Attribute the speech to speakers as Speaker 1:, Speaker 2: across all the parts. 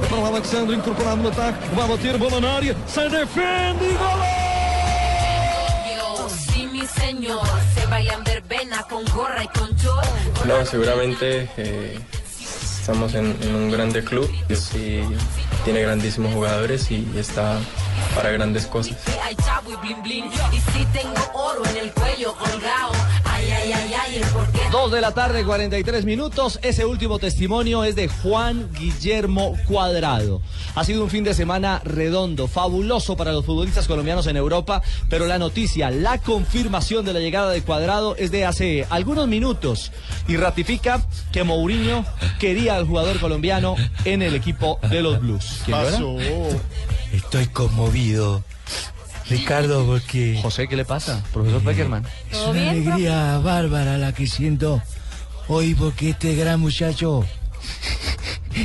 Speaker 1: para o Alexandre, incorporado no ataque, vai bater, bola na área, se defende e gol!
Speaker 2: Sí, mi señor, se bailan verbena con gorra y con short.
Speaker 3: No, seguramente eh, estamos en, en, un grande club y tiene grandísimos jugadores y está para grandes cosas.
Speaker 2: Hay chavo y blin blin, y si tengo oro en el cuello colgado. Ay, ay, ay,
Speaker 4: Dos de la tarde, 43 minutos. Ese último testimonio es de Juan Guillermo Cuadrado. Ha sido un fin de semana redondo, fabuloso para los futbolistas colombianos en Europa, pero la noticia, la confirmación de la llegada de Cuadrado es de hace algunos minutos y ratifica que Mourinho quería al jugador colombiano en el equipo de los Blues.
Speaker 5: Pasó. Estoy conmovido. Ricardo, porque. Eh,
Speaker 4: José, ¿qué le pasa? Profesor Beckerman.
Speaker 5: Es una bien, alegría profe? bárbara la que siento hoy porque este gran muchacho.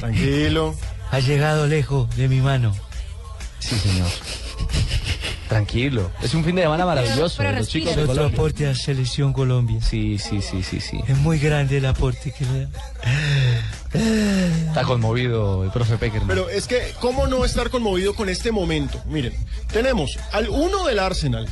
Speaker 4: Tranquilo.
Speaker 5: Ha llegado lejos de mi mano.
Speaker 4: Sí, señor. Tranquilo. Es un fin de semana maravilloso. Pero, pero los chicos de
Speaker 5: Otro aporte a Selección Colombia.
Speaker 4: Sí, sí, sí, sí, sí.
Speaker 5: Es muy grande el aporte que le da.
Speaker 4: Está conmovido el profe Peckerman.
Speaker 6: Pero es que, ¿cómo no estar conmovido con este momento? Miren, tenemos al uno del Arsenal,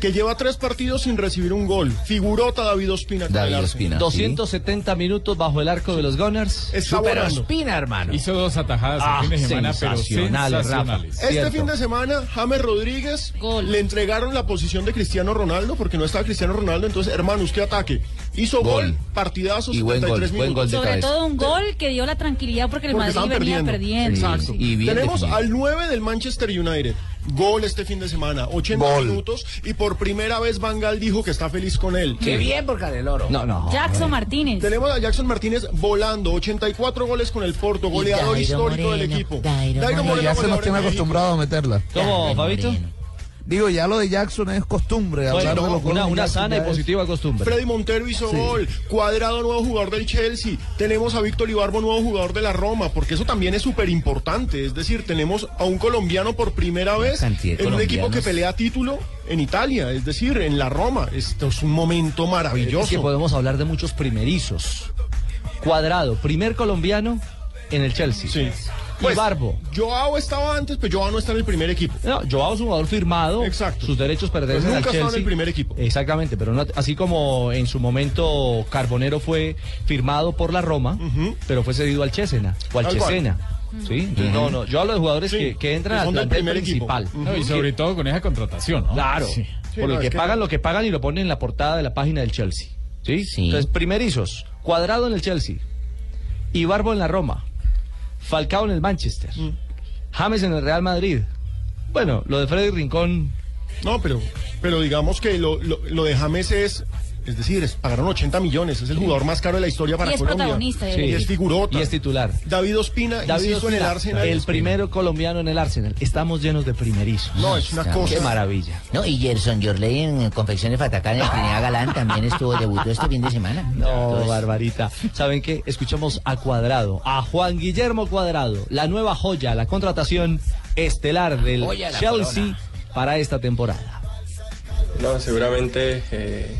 Speaker 6: que lleva tres partidos sin recibir un gol. Figurota David Ospina.
Speaker 4: David Ospina. 270 ¿Sí? minutos bajo el arco de los Gunners.
Speaker 6: Está Super
Speaker 4: Ospina, hermano.
Speaker 7: Hizo dos atajadas ah, el fin de semana, pero sensacionales. sensacionales.
Speaker 6: Este Cierto. fin de semana, James Rodríguez gol. le entregaron la posición de Cristiano Ronaldo, porque no estaba Cristiano Ronaldo. Entonces, hermano, usted ataque. Hizo gol, gol partidazo,
Speaker 8: y buen gol,
Speaker 6: 73
Speaker 8: buen gol
Speaker 9: Sobre cabeza. todo un gol que dio la tranquilidad porque el
Speaker 6: porque
Speaker 9: Madrid venía
Speaker 6: perdiendo.
Speaker 9: perdiendo.
Speaker 6: Exacto. Sí. Y bien Tenemos definido. al 9 del Manchester United. Gol este fin de semana, 80 Ball. minutos y por primera vez Van Gaal dijo que está feliz con él.
Speaker 8: Qué bien por Caneloro.
Speaker 4: No, no.
Speaker 9: Jackson Martínez.
Speaker 6: Tenemos a Jackson Martínez volando, 84 goles con el Porto, goleador histórico Moreno, del equipo.
Speaker 10: Dairo, Dairo Moreno, ya se nos tiene acostumbrado a meterla.
Speaker 4: ¿Cómo, Fabito?
Speaker 10: Digo, ya lo de Jackson es costumbre.
Speaker 4: Bueno, no, de los una, una sana y positiva es... costumbre.
Speaker 6: Freddy Montero hizo sí. gol. Cuadrado, nuevo jugador del Chelsea. Tenemos a Víctor Ibarbo, nuevo jugador de la Roma, porque eso también es súper importante. Es decir, tenemos a un colombiano por primera vez en un equipo que pelea título en Italia, es decir, en la Roma. Esto es un momento maravilloso. Es
Speaker 4: que podemos hablar de muchos primerizos. Cuadrado, primer colombiano en el Chelsea.
Speaker 6: Sí.
Speaker 4: Pues, y Barbo.
Speaker 6: Joao estaba antes, pero Joao no está en el primer equipo.
Speaker 4: No, Joao es un jugador firmado.
Speaker 6: Exacto.
Speaker 4: Sus derechos pertenecen
Speaker 6: pero
Speaker 4: nunca al Chelsea.
Speaker 6: en el primer equipo.
Speaker 4: Exactamente, pero no, así como en su momento Carbonero fue firmado por la Roma, uh -huh. pero fue cedido al Chesena o al, al Chesena. ¿Sí? Uh -huh. No, no, yo hablo de jugadores sí, que, que, entran que al del
Speaker 6: primer
Speaker 4: principal.
Speaker 6: Equipo.
Speaker 7: Uh -huh. no, y sobre todo con esa contratación, ¿no?
Speaker 4: Claro. Sí. por el que pagan lo que pagan y lo ponen en la portada de la página del Chelsea. ¿Sí? Entonces, primerizos, Cuadrado en el Chelsea, y Barbo en la Roma. Falcao en el Manchester, mm. James en el Real Madrid. Bueno, lo de Freddy Rincón.
Speaker 6: No, pero, pero digamos que lo, lo, lo de James es. Es decir, es, pagaron 80 millones, es el jugador más caro de la historia para
Speaker 9: y es
Speaker 6: Colombia.
Speaker 9: Protagonista, sí.
Speaker 6: Y es figurota.
Speaker 4: Y es titular.
Speaker 6: David Ospina, David Ospina, en el Arsenal.
Speaker 4: El primero colombiano en el Arsenal. Estamos llenos de primerizos.
Speaker 6: No, es una
Speaker 4: Qué
Speaker 6: cosa.
Speaker 4: Qué maravilla.
Speaker 8: No, y Gerson Jorley en Confecciones Fatacán, en Trinidad Galán, también estuvo, debutó este fin de semana.
Speaker 4: No, Entonces... barbarita. ¿Saben qué? Escuchamos a Cuadrado, a Juan Guillermo Cuadrado, la nueva joya, la contratación estelar del Oye, Chelsea corona. para esta temporada.
Speaker 3: No, seguramente... Eh...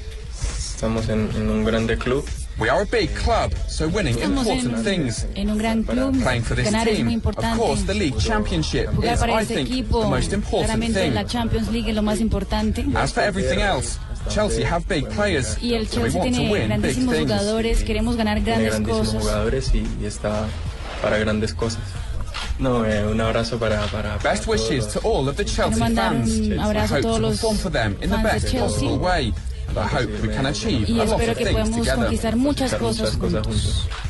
Speaker 3: Estamos en, en, un grande club.
Speaker 11: We are a big club, so winning
Speaker 9: Estamos
Speaker 11: important
Speaker 9: en,
Speaker 11: things.
Speaker 9: En un gran club,
Speaker 11: playing for this
Speaker 9: ganar
Speaker 11: team,
Speaker 9: es muy importante.
Speaker 11: of course, the league championship
Speaker 9: Jugar
Speaker 11: is,
Speaker 9: para
Speaker 11: I
Speaker 9: este
Speaker 11: think,
Speaker 9: equipo,
Speaker 11: the most important
Speaker 9: claramente
Speaker 11: thing.
Speaker 9: la Champions League es lo más importante.
Speaker 11: As for everything else, Chelsea have big players,
Speaker 9: Y el
Speaker 11: so we
Speaker 9: Chelsea
Speaker 11: want to
Speaker 9: tiene
Speaker 11: win big
Speaker 9: grandísimos
Speaker 11: things.
Speaker 9: jugadores, queremos ganar
Speaker 3: Tiene
Speaker 9: grandes
Speaker 3: grandísimos
Speaker 9: cosas.
Speaker 3: jugadores y, y está para grandes cosas. No, eh, un abrazo para, para, para
Speaker 11: Best wishes
Speaker 3: todos.
Speaker 11: to all of the Chelsea
Speaker 9: mandar un
Speaker 11: fans.
Speaker 9: abrazo a
Speaker 11: I hope
Speaker 9: todos
Speaker 11: to
Speaker 9: los
Speaker 11: perform for them in the
Speaker 9: fans de
Speaker 11: best
Speaker 9: Chelsea.
Speaker 11: possible way. And I hope we can achieve
Speaker 9: Y
Speaker 11: a lot
Speaker 9: espero
Speaker 11: of
Speaker 9: que
Speaker 11: things
Speaker 9: podamos
Speaker 11: together.
Speaker 9: conquistar muchas
Speaker 3: Muchas
Speaker 9: cosas
Speaker 3: cosas
Speaker 9: juntos.
Speaker 3: juntos.